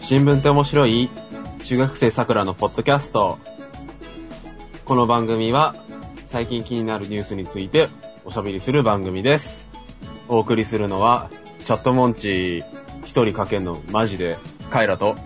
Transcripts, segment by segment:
新聞って面白い中学生さくらのポッドキャスト。この番組は最近気になるニュースについておしゃべりする番組です。お送りするのはチャットモンチ一人かけんのマジでカイラと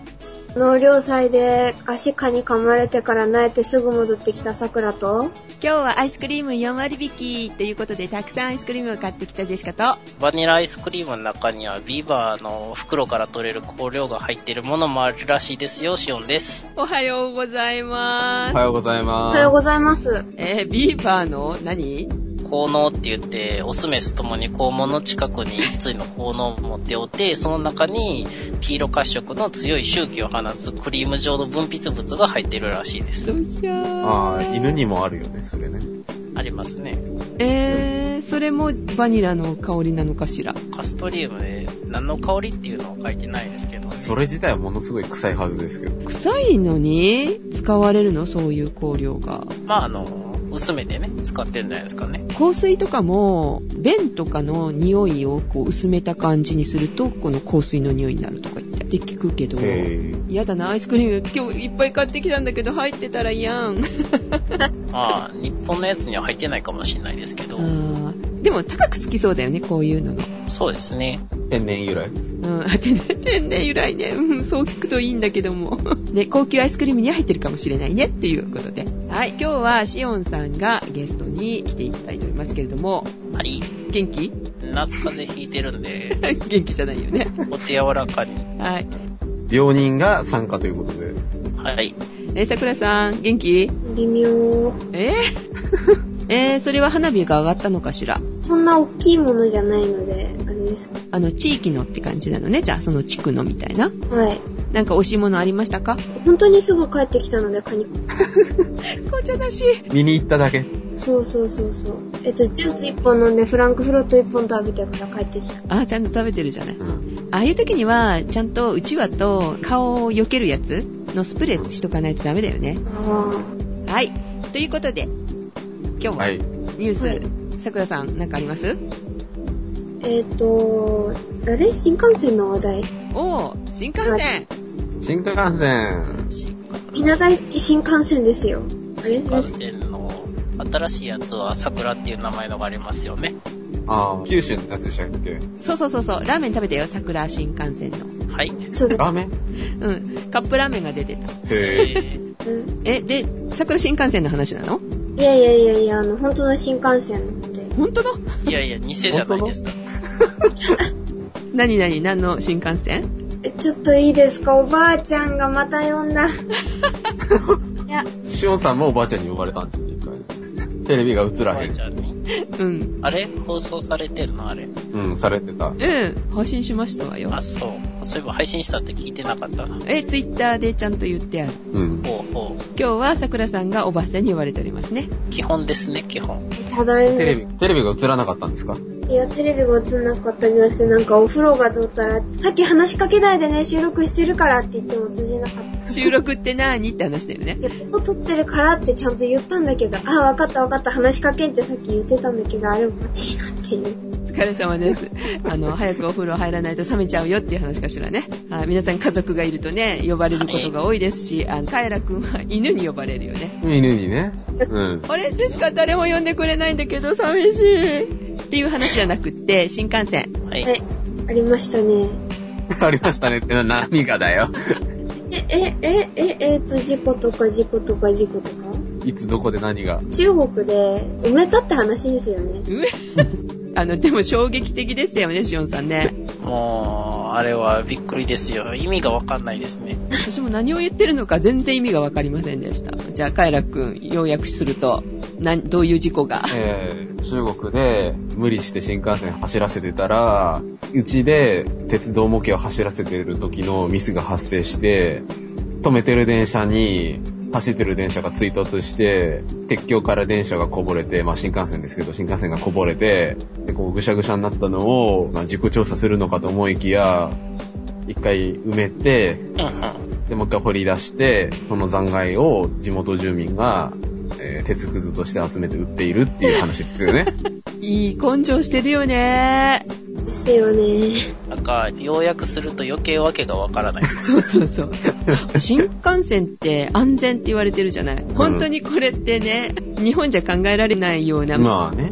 納涼祭で足蚊に噛まれてから慣れてすぐ戻ってきた桜と、今日はアイスクリーム4割引きということで、たくさんアイスクリームを買ってきたジェシカと、バニラアイスクリームの中にはビーバーの袋から取れる香料が入っているものもあるらしいですよ、シオンです。おはようございおます。はようございおます。はようございます。えー、ビーバーの何効能って言って、オスメスともに肛門の近くに一対の効能を持っておいて、その中に黄色褐色の強い周期を放つクリーム状の分泌物が入っているらしいです。どひゃー。ああ、犬にもあるよね、それね。ありますね。えー、それもバニラの香りなのかしら。カストリウムで何の香りっていうのを書いてないですけど、それ自体はものすごい臭いはずですけど。臭いのに使われるのそういう香料が。まああの、薄めてね、使ってるんじゃないですかね。香水とかも、便とかの匂いをこう薄めた感じにすると、この香水の匂いになるとか言ってって聞くけど、へ嫌だな、アイスクリーム今日いっぱい買ってきたんだけど入ってたら嫌ん。まあ、日本のやつには入ってないかもしれないですけど、あーでも高くつきそうだよね、こういうのの。そうですね。ー天然由来うん、 あて天然由来ね、うん、そう聞くといいんだけども。ね、高級アイスクリームには入ってるかもしれないね、っていうことで。はい、今日はシオンさんがゲストに来ていただいておりますけれども、はい。元気 夏風邪ひいてるんで、元気じゃないよね。お手柔らかに。はい。病人が参加ということで。はい。ね、桜さん、元気微妙。 えー、えー、それは花火が上がったのかしらそんな大きいものじゃないので、あれですか。あの、地域のって感じなのね。じゃあ、その地区のみたいな。はい。なんか惜しいものありましたか本当にすぐ帰ってきたので、蚊に。 紅茶だし。見に行っただけ。そうそうそうそう。えっと、ジュース1本飲んで、フランクフルト1本食べてから帰ってきた。あー、ちゃんと食べてるじゃない。うん。ああいう時には、ちゃんとうちわと顔を避けるやつのスプレーしとかないとダメだよね。あはい。ということで、今日は。はいニュース、はいさくらさんなんかありますー。えっ、と、あれ新幹線の話題。おー、新幹線新幹線。みんな大好き新幹線ですよ。あれ新幹線の新しいやつは桜っていう名前のがありますよね。ああ、九州のやつでしたっけそうそうそうそう、ラーメン食べたよ、さくら新幹線の。はい。それ。ラーメンうん、カップラーメンが出てた。えへぇ。ー、うんえ、で、さくら新幹線の話なのいやいやいやいや、あの、本当の新幹線なので。本当のいやいや、偽じゃないですか。何何何の新幹線えちょっといいですかおばあちゃんがまた呼 んだ。いや、しおんさんもおばあちゃんに呼ばれたんですよ、一回。テレビが映らおばへあんち。ゃんにうん。あれ放送されてんのあれ。うん、されてた。うん、配信しましたわよあ、。そう。そういえば配信したって聞いてなかったな。え、ツイッターでちゃんと言ってある。うん。ほうほ今日はさくらさんがおばあちゃんに言われておりますね。う。基本ですね、基本。ただいテまレビ、テレビが映らなかったんですかいや、テレビが映んなかったんじゃなくて、なんかお風呂がどうたら、さっき話しかけないでね、収録してるからって言っても通じなかった。収録って何って話だよね。いや、ここ撮ってるからってちゃんと言ったんだけど、あ、わかったわかった、話しかけんってさっき言ってたんだけど、あれ間違っていう。お疲れ様です。あの、早くお風呂入らないと冷めちゃうよっていう話かしらね。あ皆さん家族がいるとね、呼ばれることが多いですし、あの、カエラくんは犬に呼ばれるよね。犬にね。うん。あれ、ジェシカ誰も呼んでくれないんだけど、寂しい。っていう話じゃなくって、新幹線。はい。はい、ありましたね。ありましたねってのは何がだよ。え、え、え、え、えー、っと、事故とか事故とか事故とかいつどこで何が。中国で埋めたって話ですよね。うえ あの、でも衝撃的でしたよね、しおんさんね。もう、あれはびっくりですよ。意味がわかんないですね。私も何を言ってるのか全然意味がわかりませんでした。じゃあ、カエラくん、要約すると、な、どういう事故が。えー、中国で無理して新幹線走らせてたら、うちで鉄道模型を走らせてる時のミスが発生して、止めてる電車に、走ってる電車が追突して、鉄橋から電車がこぼれて、まあ新幹線ですけど、新幹線がこぼれて、で、こうぐしゃぐしゃになったのを、まあ自己調査するのかと思いきや、一回埋めて、うんうん。で、もう一回掘り出して、その残骸を地元住民が、えー鉄くずとして集めて売っているっていう話ですよね。いい根性してるよね。ですよね。あなんか、要約すると余計わけがわからない。そうそうそう。新幹線って安全って言われてるじゃない。本当にこれってね、日本じゃ考えられないような、まあね。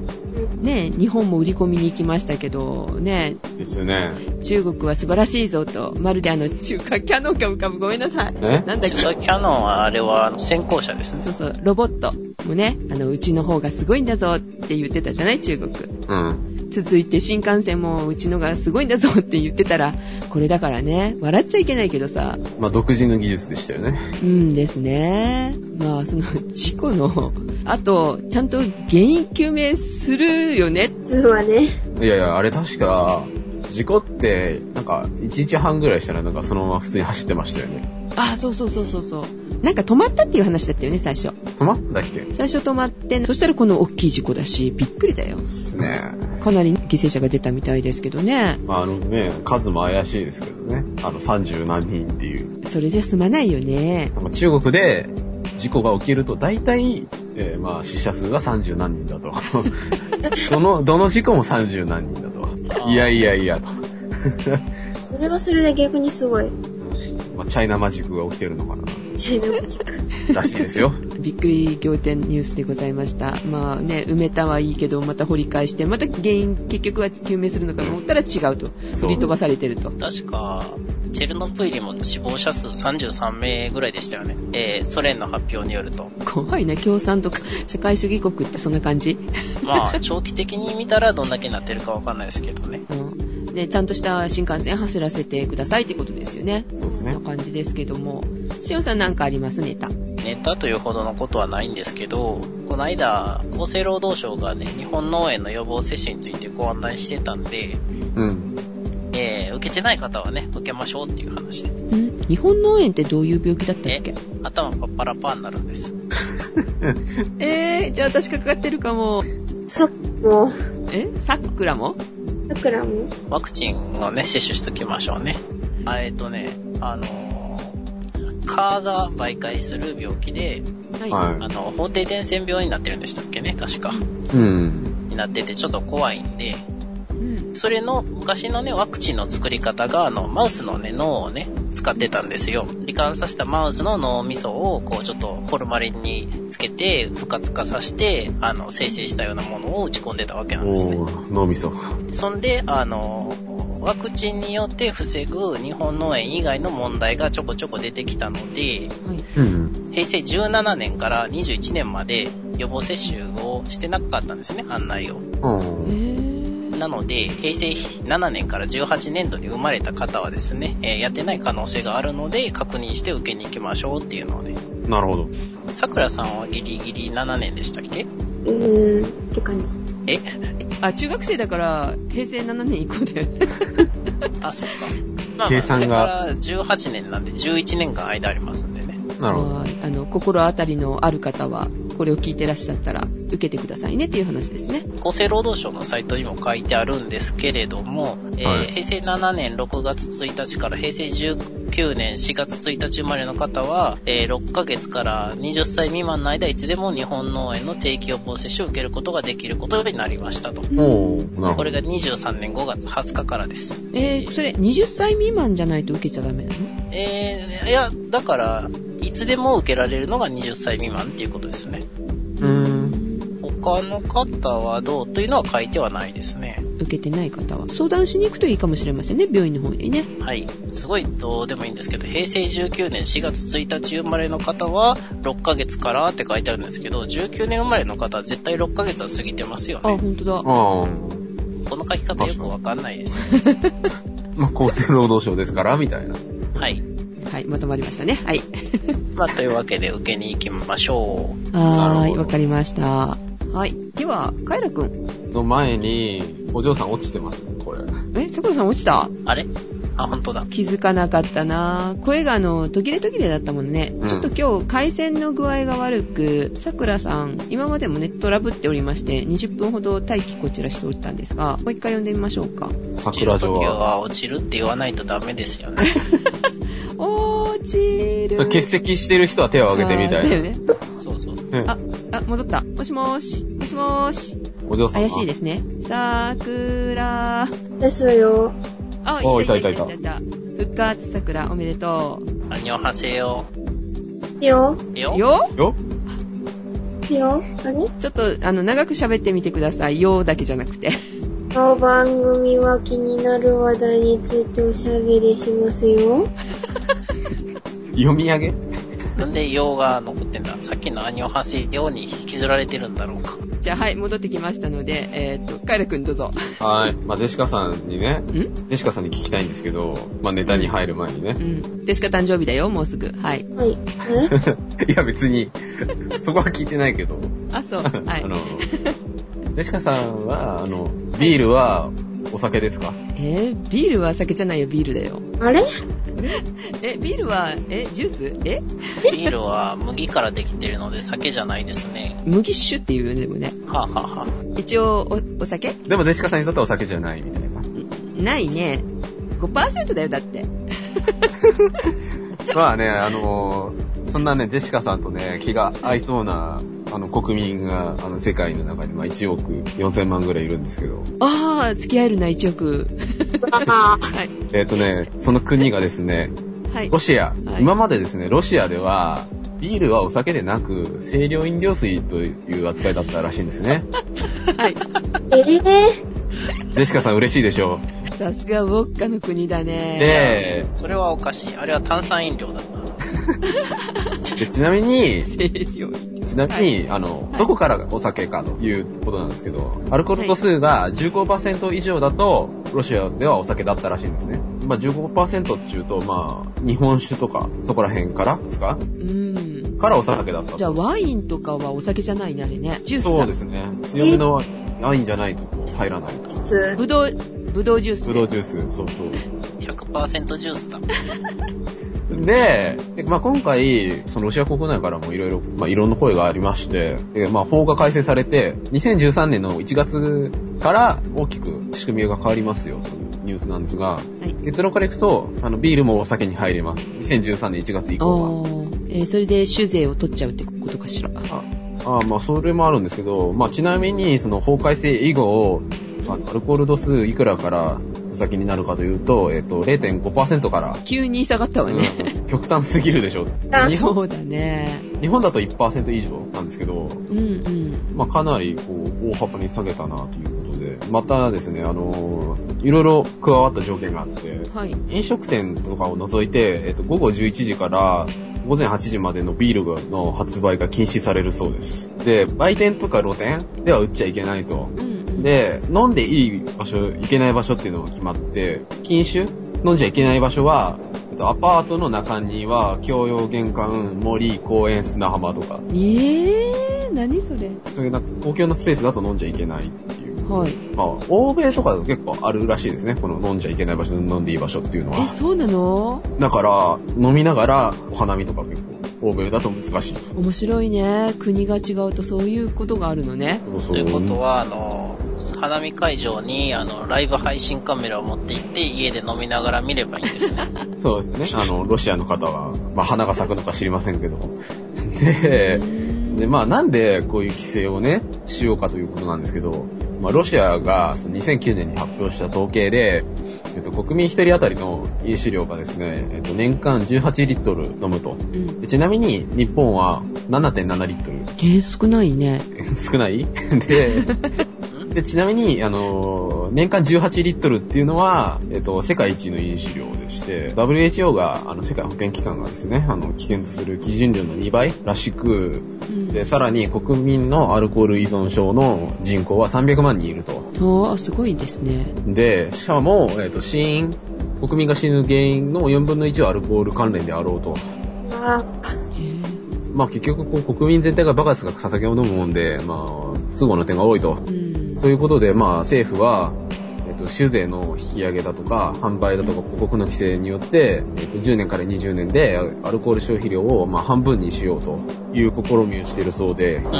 ね、日本も売り込みに行きましたけど、ね、ですよね。中国は素晴らしいぞと、まるであの中華キャノンが浮かぶごめんなさい。えなんだっけキャノンはあれは先行車ですね。そうそう、ロボットもね、あの、うちの方がすごいんだぞって言ってたじゃない、中国。うん。続いて新幹線もうちのがすごいんだぞって言ってたら、これだからね、笑っちゃいけないけどさ、まあ独自の技術でしたよね。うんですね。まあ、その事故の、あと、ちゃんと原因究明するよね。図はね。いやいや、あれ確か、事故って、なんか、1日半ぐらいしたら、なんかそのまま普通に走ってましたよね。あ、そうそうそうそうそう。なんか止まったっていう話だったよね、最初。止まったっけで最初止まって、そしたらこの大きい事故だし、びっくりだよ。すね。かなり犠牲者が出たみたいですけどね。まああのね、数も怪しいですけどね。あの、30何人っていう。それじゃ済まないよね。なんか中国で、事故が起きると、大体、えーまあ、死者数が30何人 だと。どの、どの事故も30何人だと。いやいやいやと。 それはそれで逆にすごい。まあ、チャイナマジックが起きてるのかな。チャイナマジック。らしいですよ。びっくり仰天ニュースでございました。まあね、埋めたはいいけど、また掘り返して、また原因、結局は究明するのかと思ったら違うと。そう振り飛ばされてると。確か、チェルノブイリも死亡者数33名ぐらいでしたよね。えーソ連の発表によると。怖いね、共産とか、社会主義国ってそんな感じ。 まあ、長期的に見たらどんだけなってるかわかんないですけどね。うんね、ちゃんとした新幹線走らせてくださいってことですよね。そうですねな。感じですけども。しおんさんなんかありますネタ。ネタというほどのことはないんですけど、この間、厚生労働省がね、日本脳炎の予防接種についてご案内してたんで、うん。えー受けてない方はね、受けましょうっていう話で。ん日本脳炎ってどういう病気だったっけ頭パッパラパーになるんです。えー、じゃあ私かかってるかも。さっも、えさくらもさくらも、ワクチンをね、接種しときましょうね。あえっとね、あのー、蚊が媒介する病気で、はい。はあの、法定伝染病になってるんでしたっけね、確か。うん。になってて、ちょっと怖いんで、うんそれの昔のね、ワクチンの作り方が、あの、マウスのね、脳をね、使ってたんですよ。罹患させたマウスの脳みそを、こう、ちょっとホルマリンにつけて、不活化させて、あの、生成したようなものを打ち込んでたわけなんおですね。ー、脳みそ。そんで、あの、ワクチンによって防ぐ日本脳炎以外の問題がちょこちょこ出てきたので、はいうん。平成17年から21年まで予防接種をしてなかったんですね、案内を。うんえ。ーなので、平成7年から18年度に生まれた方はですね、えーやってない可能性があるので、確認して受けに行きましょうっていうので。なるほど。さくらさんはギリギリ7年でしたっけうーん、って感じ。え あ、中学生だから、平成7年以降だよね。あ、そっか。まあまあ計算がそれから18年なんで、11年間間ありますんでね。 なるほど。まああの、心当たりのある方は、これを聞いてらっしゃったら、受けてくださいねっていう話ですね。厚生労働省のサイトにも書いてあるんですけれども、えーはい平成7年6月1日から平成19年4月1日生まれの方は、えー6ヶ月から20歳未満の間いつでも日本農園の定期予防接種を受けることができることになりましたと。おー、なるほど。これが23年5月20日からです。えー、それ、20歳未満じゃないと受けちゃダメなのえーいや、だから、いつでも受けられるのが20歳未満っていうことですね。うーん。他の方はどうというのは書いてはないですね。受けてない方は相談しに行くといいかもしれませんね病院の方にねはい。すごいどうでもいいんですけど、平成19年4月1日生まれの方は、6ヶ月からって書いてあるんですけど、19年生まれの方は絶対6ヶ月は過ぎてますよあね。本当だああ。この書き方よくわかんないですよまあ、厚生労働省ですから、みたいな。ね。はい。はいまとまりましたねはいまあ、というわけで受けに行きましょう。はなーるいほどわかりましたはいではカエラくんの前に、お嬢さん落ちてますね、これ。えさくらさん落ちたあれあ、本当だ。気づかなかったな声があの途切れ途切れだったもんね、うんちょっと今日回線の具合が悪くさくらさん今までもねトラブっておりまして20分ほど待機こちらしておったんですがもう一回呼んでみましょうか落ちる桜と城きは。は落ちるって言わないとダメですよね。落ちる欠席してる人は手を挙げてみたあーだよいな。ねそうそう。うんあ、あ、戻った。もしもーし、もしもーし。お嬢さんは。怪しいですね。さーくらー。ですよ。ああ、おいいたたいいたたいいたたいた。復活桜おめでとう。アンニョンハセヨ。よ、よ。よよよ、あれちょっと、あの、長く喋ってみてください。よだけじゃなくて。 この番組は気になる話題についておしゃべりしますよ。読み上げなんでヨが残ってんださっきのアンニョンハセヨに引きずられてるんだろうか。じゃあ、はい、戻ってきましたので、えーっと、カイラくんどうぞ。はい。まあ、ジェシカさんにね、んジェシカさんに聞きたいんですけど、まあ、ネタに入る前にねう。ん。でしか誕生日だよ、もうすぐ。はい。はい。え いや、別に、そこは聞いてないけど。あ、 そう。はいあ。の、ジェシカさんは、あの、ビールはお酒ですかえービールは酒じゃないよ、ビールだよ。あれえ、ビールは、え、ジュースえビールは麦からできてるので酒じゃないですね。麦酒っていうよね、でもね。はあ、はあはあ、一応、お、お酒でもジェシカさんにとってはお酒じゃないみたいな。ないね。5%だよ、だって。 まあね、あの、そんなね、ジェシカさんとね、気が合いそうな、あの、国民が、あの、世界の中に、まあ、1億4000万ぐらいいるんですけど、あー、付き合えるな、1億。あはい。えっ、とね、その国がですね、はいロ。シア、はい今までですね、ロシアでは、ビールはお酒でなく、清涼飲料水という扱いだったらしいんです ね。はい。ーえぇ、ジェシカさん嬉しいでしょさすが、ウォッカの国だう。ね。で、それはおかしい。あれは炭酸飲料だな。でちなみに、清涼ちなみに、あの、どこからお酒かということなんですけど、アルコール度数が15%以上だと、ロシアではお酒だったらしいんですね。まあ15%っていうと、まあ、日本酒とか、そこら辺からですか うん。からお酒だったと。じゃあ、ワインとかはお酒じゃないね、あれね。ジュースだ。そうですね。強めのワインじゃないと入らない。す。ぶどう、ぶどうジュース、ね。ブドウジュース、そうそう。 100%ジュースだ。で、でまあ今回、そのロシア国内からもいろいろ、まあいろんな声がありまして、でまあ法が改正されて、2013年の1月から大きく仕組みが変わりますよというニュースなんですが、はい。結論からいくと、あの、ビールもお酒に入れます。2013年1月以降は。おー。えーそれで酒税を取っちゃうってことかしら。ああまあ、それもあるんですけど、まあ、ちなみに、その、法改正以後、まあアルコール度数いくらからお酒になるかというと、えっと、0.5%から、急に下がったわうね。ん極端すぎる でしょ。あ日そ本うだね。日本だと1%以上なんですけど、うんうん。まあ、かなりこう大幅に下げたなということで、またですね、あのーいろいろ加わった条件があって、はい。飲食店とかを除いて、えっと、午後11時から午前8時までのビールの発売が禁止されるそうです。で、売店とか露店では売っちゃいけないと。うんうん。で、飲んでいい場所、いけない場所っていうのが決まって、禁酒飲んじゃいけない場所は、えっとアパートの中には、共用玄関、森、公園、砂浜とか、えー、何それ。そういうなんか公共のスペースだと飲んじゃいけないっていう。はい。まあ、欧米とかだと結構あるらしいですね。この飲んじゃいけない場所、飲んでいい場所っていうのえ、は。そうなのだから、飲みながらお花見とか結構、欧米だと難しい。面白いね。国が違うとそういうことがあるのね。そうそということは、あの、花見会場に、あの、ライブ配信カメラを持って行って、家で飲みながら見ればいいんですね。そうですね。あの、ロシアの方は、まあ、花が咲くのか知りませんけど。 うで、んで、まあなんでこういう規制をね、しようかということなんですけど、まあロシアがその2009年に発表した統計で、えっと、国民一人当たりの飲酒量がですね、えっと、年間18リットル飲むと。うん。でちなみに日本は7.7リットル。えー、少ないね。少ない で、で、ちなみに、あのー、年間18リットルっていうのは、えっと、世界一の飲酒量でして、WHO が、あの、世界保健機関がですね、あの、危険とする基準量の2倍らしく、うん。で、さらに国民のアルコール依存症の人口は300万人いると。おー、すごいですね。で、しかも、えっ、と、死因、国民が死ぬ原因の4分の1はアルコール関連であろうと。あえーまあ結局、こう、国民全体がバカスが酒を飲むもんで、まあ、都合の点が多いと。うん。ということで、まあ、政府は、えっと、酒税の引き上げだとか、販売だとか、広告の規制によって、えっと、10年から20年で、アルコール消費量を、まあ、半分にしようという試みをしているそうで、うんうん。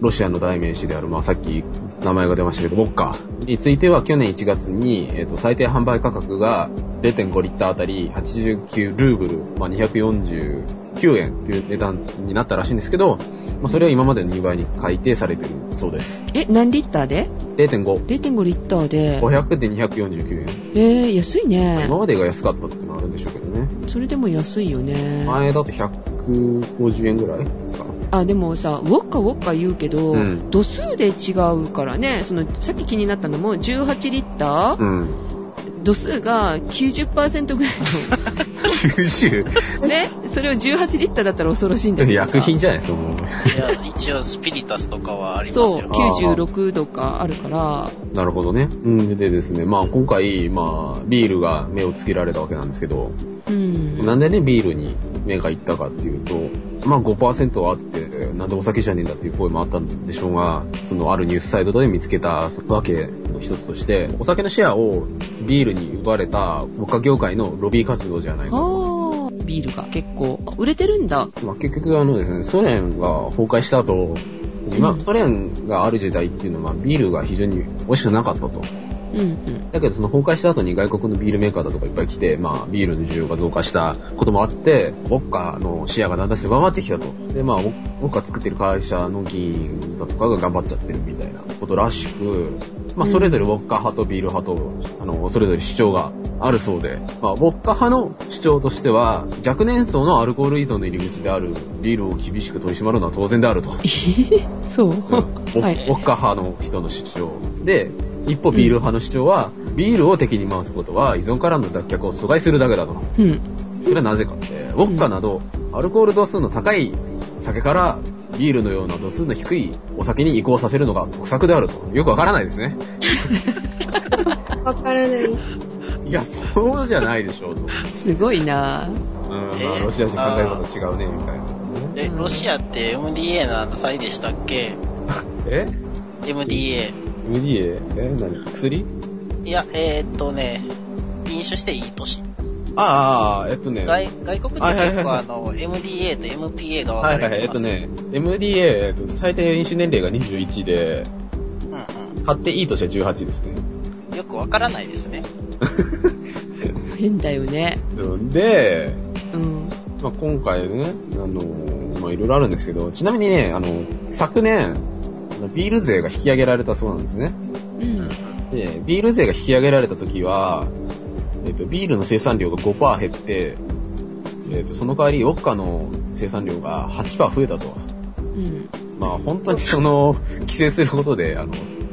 ロシアの代名詞である、まあ、さっき名前が出ましたけど、ウォッカについては去年1月に、えっと、最低販売価格が0.5リッターあたり89ルーブル、まあ、249円っていう値段になったらしいんですけど、まあ、それは今までの2倍に改定されてるそうです。え、何リッターで0.5。 ?0.5 リッターで。 500で249円。えー、安いね今。までが安かったっていうのはあるんでしょうけどね。それでも安いよね。前だと150円ぐらいですかあ、でもさ、ウォッカウォッカ言うけど、うん度数で違うからね、その、さっき気になったのも、18リッター、うん。度数が90%ぐらい 90? の、ね、それを18リッターだったら恐ろしいんだけどさ。薬品じゃないですか、もう。いや、一応スピリタスとかはありまそすう、よ。 96度かあるから、なるほどね。うん、でですね、まあ今回、まあ、ビールが目をつけられたわけなんですけど、うん。なんでね、ビールに目がいったかっていうと、まあ5%はあって、なんでお酒じゃねえんだっていう声もあったんでしょうが、そのあるニュースサイトで見つけたわけの一つとして、お酒のシェアをビールに奪われた、ウォッカ業界のロビー活動じゃないか。あービールが結構、あ売れてるんだ。まあ結局あのですね、ソ連が崩壊した後、う今、んソ連がある時代っていうのは、ビールが非常に美味しくなかったと。うんうん。だけどその崩壊した後に外国のビールメーカーだとかいっぱい来て、まあビールの需要が増加したこともあって、ウォッカのシェアがだんだん狭まってきたと。で、まあウォウォッカ作ってる会社の議員だとかが頑張っちゃってるみたいなことらしく、まあそれぞれウォッカ派とビール派と、あの、それぞれ主張があるそうで、まあウォッカ派の主張としては、若年層のアルコール依存の入り口であるビールを厳しく取り締まるのは当然であると。そう。うんウォはいッカ派の人の主張。で、一方ビール派の主張は、ビールを敵に回すことは依存からの脱却を阻害するだけだと。うん。それはなぜかって、ウォッカなど、アルコール度数の高い酒から、ビールのような度数の低いお酒に移行させるのが得策であると。よくわからないですね。わからない。いや、そうじゃないでしょうと。すごいなうん、まえあ、ーロシア人考え方と違うね、みたいな。え、ロシアって MDA な際でしたっけえ ?MDA。 ?MDA? え何薬いや、えー、っとね、飲酒していい年。ああ、えっとね。外外国ではいはいはい結構あの、MDA と MPA がは分いかはい、れえてっまとす、ね、MDA、えっと、最低飲酒年齢が21で、うん買っていい年は18ですね。 うん。よくわからないですね。変だよね。で、うん。まあ、今回ね、あのー、まあ、いろいろあるんですけど、ちなみにね、あの、昨年、あのビール税が引き上げられたそうなんですね。うん。で、ビール税が引き上げられた時は、えっと、ビールの生産量が5%減って、えっと、その代わり、ウォッカの生産量が8%増えたと。うん。まあ、本当にその、規制することで、あの、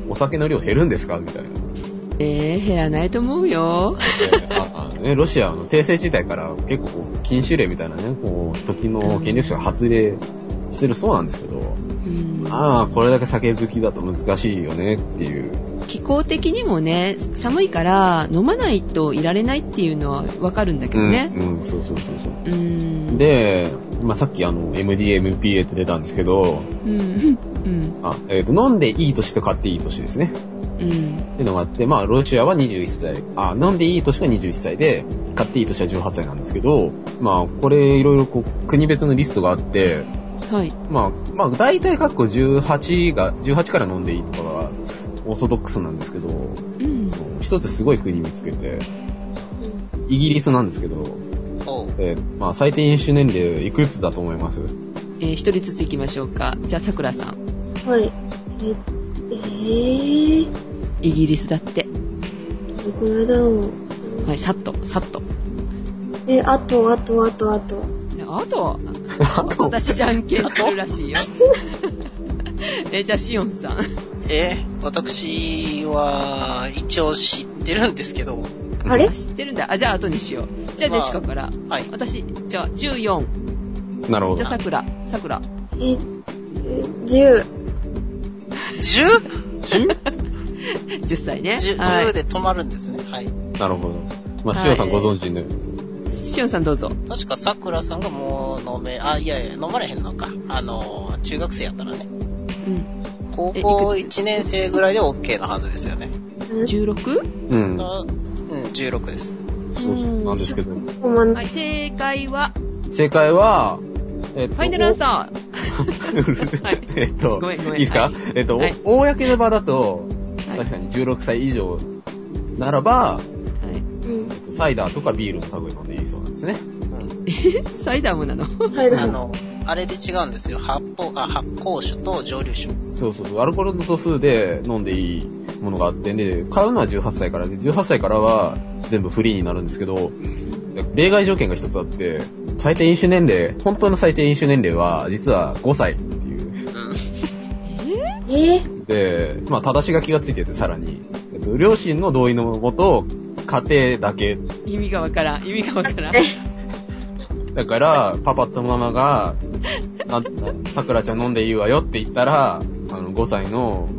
お酒の量減るんですかみた いな。えー、減らないと思うよ。えーああね、ロシアの帝政時代から結構こう禁酒令みたいなね、こう、時の権力者が発令してるそうなんですけど、うん。ああ、これだけ酒好きだと難しいよねっていう。気候的にもね、寒いから飲まないといられないっていうのはわかるんだけどね。うん、うん、そうそうそうそう。うん。うん、、で、まあ、さっきあの、MDA、MPA って出たんですけど、うん。うん。あ、えっ、と、飲んでいい年と買っていい年ですね。うん。っていうのがあって、まあ、ロシアは21歳、あ、飲んでいい年が21歳で、買っていい年は18歳なんですけど、まあ、これ、いろいろこう、国別のリストがあって、はい。まあ、まあ、大体括弧18が、18から飲んでいいとかが、オーソドックスなんですけど、うん。一つすごい国見つけて、イギリスなんですけど、おうえーまあ、最低飲酒年齢いくつだと思います えー、一人ずつ行きましょうか。じゃあ、さくらさん。はい。え、えー、イギリスだって。どれくらいだろう。はい、さっと、さっと。え、あと、あと、あと、あと。えあと、あと私じゃんけんするらしいよ。 え、じゃあ、しおんさん。えー私は、一応知ってるんですけど、あれ知ってるんだ。あ、じゃあ、後にしよう。じゃあ、ジまェあシカから。はい。私、じゃあ、14。なるほじどゃあ、。さくら。さくら。え、え10。 10?10 10歳ね。はいで止まるんですね。はい。なるほど。まあ、しおさんはごい存知のように、しおんさんどうぞ。確か桜さんがもう飲め、あ、いやいや、飲まれへんのか。あの、中学生やったらね。うん。高えい校くつ1年生ぐらいで OK なはずですよね。 10 16? うん。うん、16です。そうそう、なんですけど。個もはい、正解は、正解は、えっとファイナルアンサ はいえっとごめんごめん、いいですか、はいえっと、はいお公の場だと、ー。はい。確かに16歳以上ならば、はいうんうサイダーとかビールの類いのでいいそうなんですね。サイダーもなの。ん。サイダあーの。の、あれで違うんですよ。発泡、あ、発酵酒と蒸留酒。そうそうそう、アルコールの度数で飲んでいいものがあってね、買うのは18歳からで、18歳からは全部フリーになるんですけど、例外条件が一つあって、最低飲酒年齢、本当の最低飲酒年齢は、実は5歳っていう。うん。えー、で、まあ、正し書きがついてて、さらに。えっと両親の同意のもと、家庭だけ。意味がわからん、意味がわからん。だから、パパとママが、あ、さくらちゃん飲んでいいわよって言ったら、あの、5歳の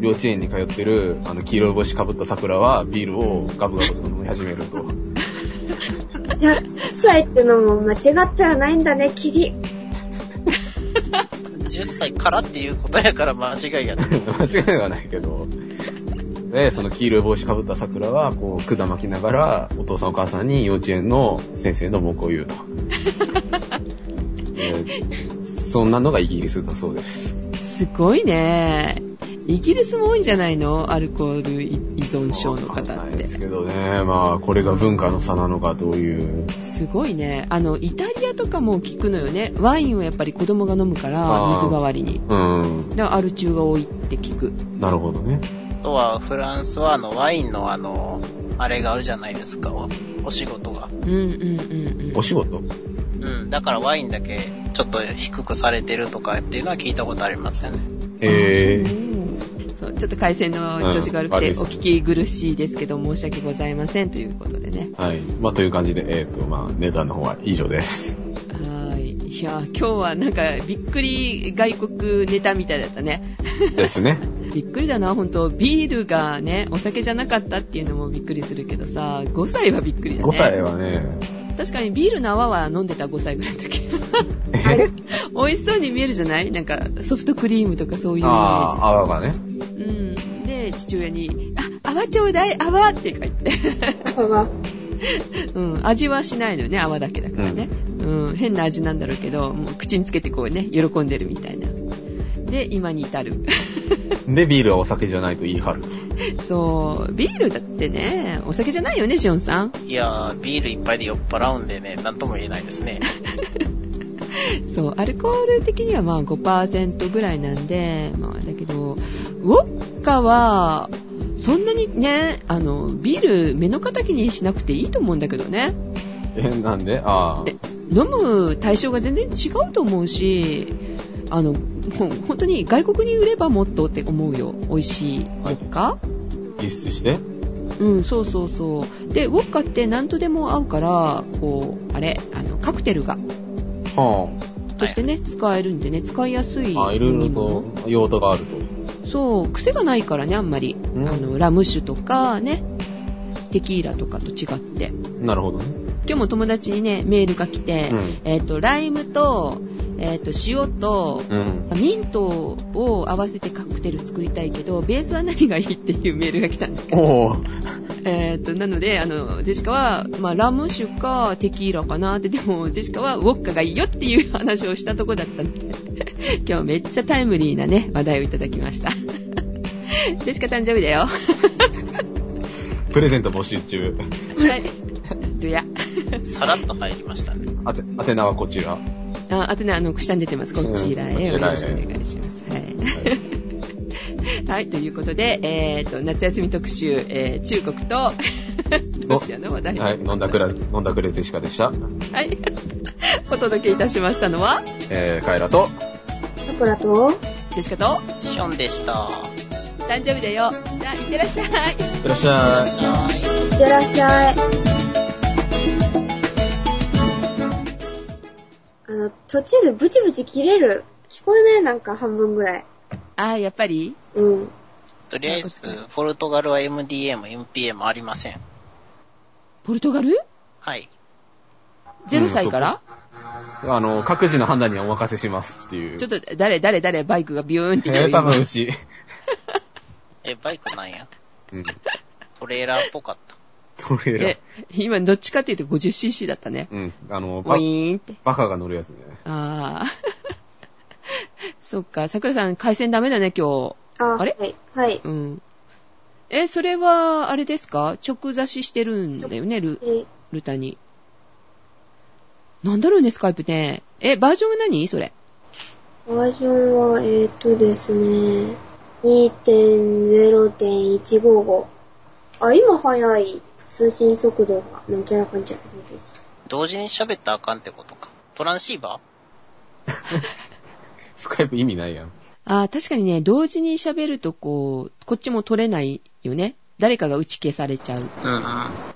幼稚園に通ってる、あの、黄色い帽子かぶった桜は、ビールをガブガブと飲み始めると。 じゃあ、10歳ってのも間違ってはないんだね、キリ。 10歳からっていうことやから間違いやな。間違いではないけど。で、その黄色い帽子かぶった桜は、こう、管巻きながら、お父さんお母さんに幼稚園の先生の文句を 言うと。でそんなのがイギリスだそうです。すごいね。イギリスも多いんじゃないのアルコール依存症のわ方かんっないてで。すけどね、まあ、これが文化の差なのかという。すごいね。あの、イタリアとかも聞くのよね。ワインをやっぱり子供が飲むから、あー水代わりに。うん、だからアル中が多いって聞く。なるほどね。あとは、フランスはあの、ワインのあの、あれがあるじゃないですか。おお仕事が。うんうんうんうん。お仕事うん。だからワインだけちょっと低くされてるとかっていうのは聞いたことありますよね。えー、そうちょっと回線の調子が悪くうん悪いて、ですお聞き苦しいですけど、申し訳ございませんということでね。はい。まあ、という感じで、えっ、と、まあ、ネタの方は以上 です。はい。いやー、今日はなんか、びっくり外国ネタみたいだったね。ですね。びっくりだな、本当ビールがね、お酒じゃなかったっていうのもびっくりするけどさ、5歳はびっくりだね。 5歳はね、確かにビールの泡は飲んでた5歳ぐらいの時。あれ 美味しそうに見えるじゃないなんか、ソフトクリームとかそういうイメあーあ、泡がね。ジ。うん。で、父親に、あ、泡ちょうだい、泡って書いて。 パが。うん、味はしないのよね、泡だけだからね。うん、変な味なんだろうけど、もう口につけてこうね、喜んでるみたいな。で、今に至る。で、ビールはお酒じゃないと言い張ると。そう、ビールだってね、お酒じゃないよね、シオンさん。いやー、ビール一杯で酔っ払うんでね、なんとも言えないです ね。そう、アルコール的にはまあ5%ぐらいなんで、まあだけど、ウォッカは、そんなにね、あの、ビール目の敵にしなくていいと思うんだけどね。え、なんでああ。え飲む対象が全然違うと思うしあのもう本当に外国に売ればもっとって思うよ美味しいウォッカ、輸出してうんそうそうそうでウォッカって何とでも合うからこうあれあのカクテルがはとしてね、使えるんでね使いやすいあ。あ、いろい飲みろ物と用途があると。そう癖がないからねあんまりあんのラム酒とかねテキーラとかと違ってなるほどね。今日も友達にねメールが来て、うん。えっ、とライムと,、えっと塩とうん。ミントを合わせてカクテル作りたいけど、ベースは何がいいっていうメールが来たんだけど。おーえーっと、なので、あの、ジェシカは、まあ、ラム酒かテキーラかなって、でも、ジェシカはウォッカがいいよっていう話をしたとこだったので、今日めっちゃタイムリーなね、話題をいただき ました。ジェシカ誕生日だよ。プレゼント募集中。はい。どや。さらっと入りましたね。あて、あてなはこちら。はあ、あとね、あの、下に出てます。こちらへ。ようんこちらへろしくお願いします。はい。いはい、ということで、えー、と夏休み特集、えー、中国とロシアの話題、はい。飲んだくら、飲んだくれゼシカでした。はいお届けいたしましたのはえー、カエラと、さくらとジェシカとシオンでした。誕生日だよじゃあいってらっしゃいいってらっしゃい。はい。いってらっしゃい。あの、途中でブチブチ切れる。聞こえないなんか半分ぐらい。あーやっぱりうん。とりあえず、ポルトガルは MDM、MPM ありません。ポルトガルはい。 0歳から、あの、各自の判断にお任せしますっていう。ちょっっと誰誰誰バイクがビューンってえ言うー、多分うち。え、バイクなんやうん。トレーラーっぽかった。トレーラーえ。今どっちかっていうと 50cc だったねうん。あの、ウバィーンってバカが乗るやつね。ああ そっか桜さん回線ダメだね今日あ、あれはい。はい。うんえ、それは、あれですか直差ししてるんだよね、ル、えルタに。なんだろうね、スカイプね。え、バージョンは何それ。バージョンは、えっ、とですね、2.0.155。あ、今早い。通信速度が、なんちゃらかんちゃら出てきた。同時に喋ったらあかんってことか。トランシーバスカイプ意味ないやん。あー確かにね、同時に喋るとこう、こっちも取れないよね。誰かが打ち消されちゃう。ーうんうん。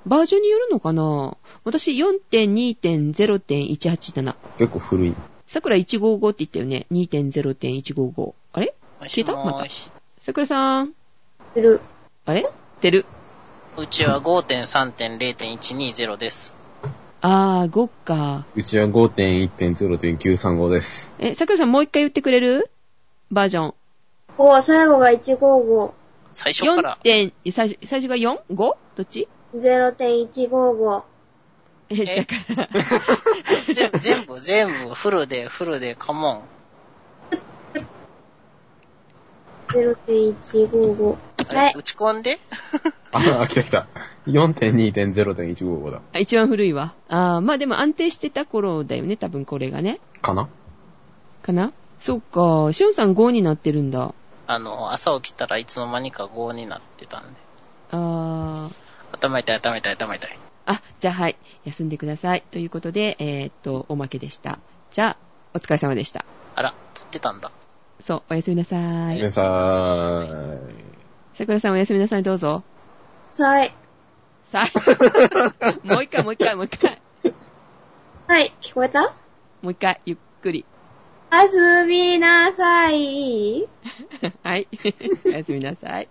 バージョンによるのかな私4.2.0.187。結構古い。桜155って言ったよね。2.0.155。あれ消えたまたもし桜さん。する。あれてる。うちは5.3.0.120です。あー、5か。うちは5.1.0.935です。え、桜さんもう一回言ってくれるバージョン。ここは最後が155。最初から4。点、最初最初が 4?5? どっち0.155。え、え だから、 ぜ全部、全部、フルで、フルで、カモン。 0.155。ははいい。打ち込んで。あ、来た来た。4.2.0.155だ。あ一番古いわ。あー、まあでも安定してた頃だよね、多分これがね。かなかなそうか、しおんさん5になってるんだ。あの、朝起きたらいつの間にか5になってたんで。あー。頭痛い、頭痛い、頭痛い。あ、じゃあはい、休んでください。ということで、えーっと、おまけでした。じゃあ、お疲れ様でした。あら、撮ってたんだ。そう、おやすみなさごめんい。なさーい。桜さんおやすみなさい、どうぞ。はい。さ あ、もう一回、もう一回、もう一回。はい。聞こえたもう一回、ゆっくり。 おやすみなさい。 はい、おやすみなさい。